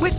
With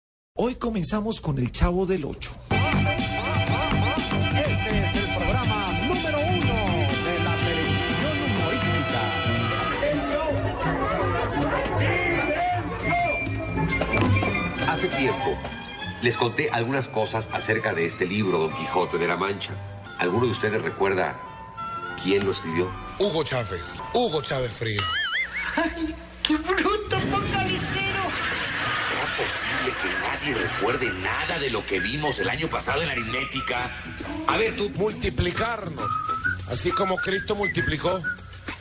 Hoy comenzamos con el Chavo del Ocho. Este es el programa número uno de la televisión humorística. El show. Hace tiempo les conté algunas cosas acerca de este libro, Don Quijote de la Mancha. ¿Alguno de ustedes recuerda quién lo escribió? Hugo Chávez, Hugo Chávez Frío. ¡Qué bruto, focalicero! ¿Será posible que nadie recuerde nada de lo que vimos el año pasado en aritmética? A ver, tú. Multiplicarnos. Así como Cristo multiplicó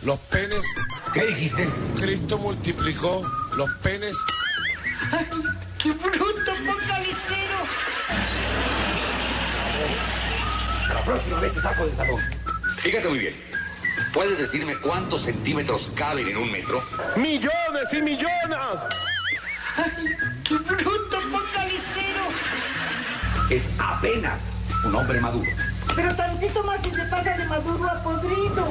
los penes, ¿Qué dijiste? Cristo multiplicó los penes. ¡Qué bruto, focalicero! La próxima vez te saco del salón. Fíjate muy bien. ¿Puedes decirme cuántos centímetros caben en un metro? Millones y millones. ¡Qué bruto, focalicero! Es apenas un hombre maduro. Pero tantito más si se pasa de maduro a podrido.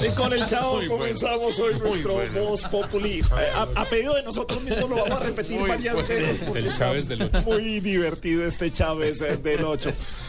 Y con el chavo comenzamos hoy nuestro Voz Populi. A, a- a pedido de nosotros mismos lo vamos a repetir varias veces. porque está del Ocho. Muy divertido este Chávez eh, del 8.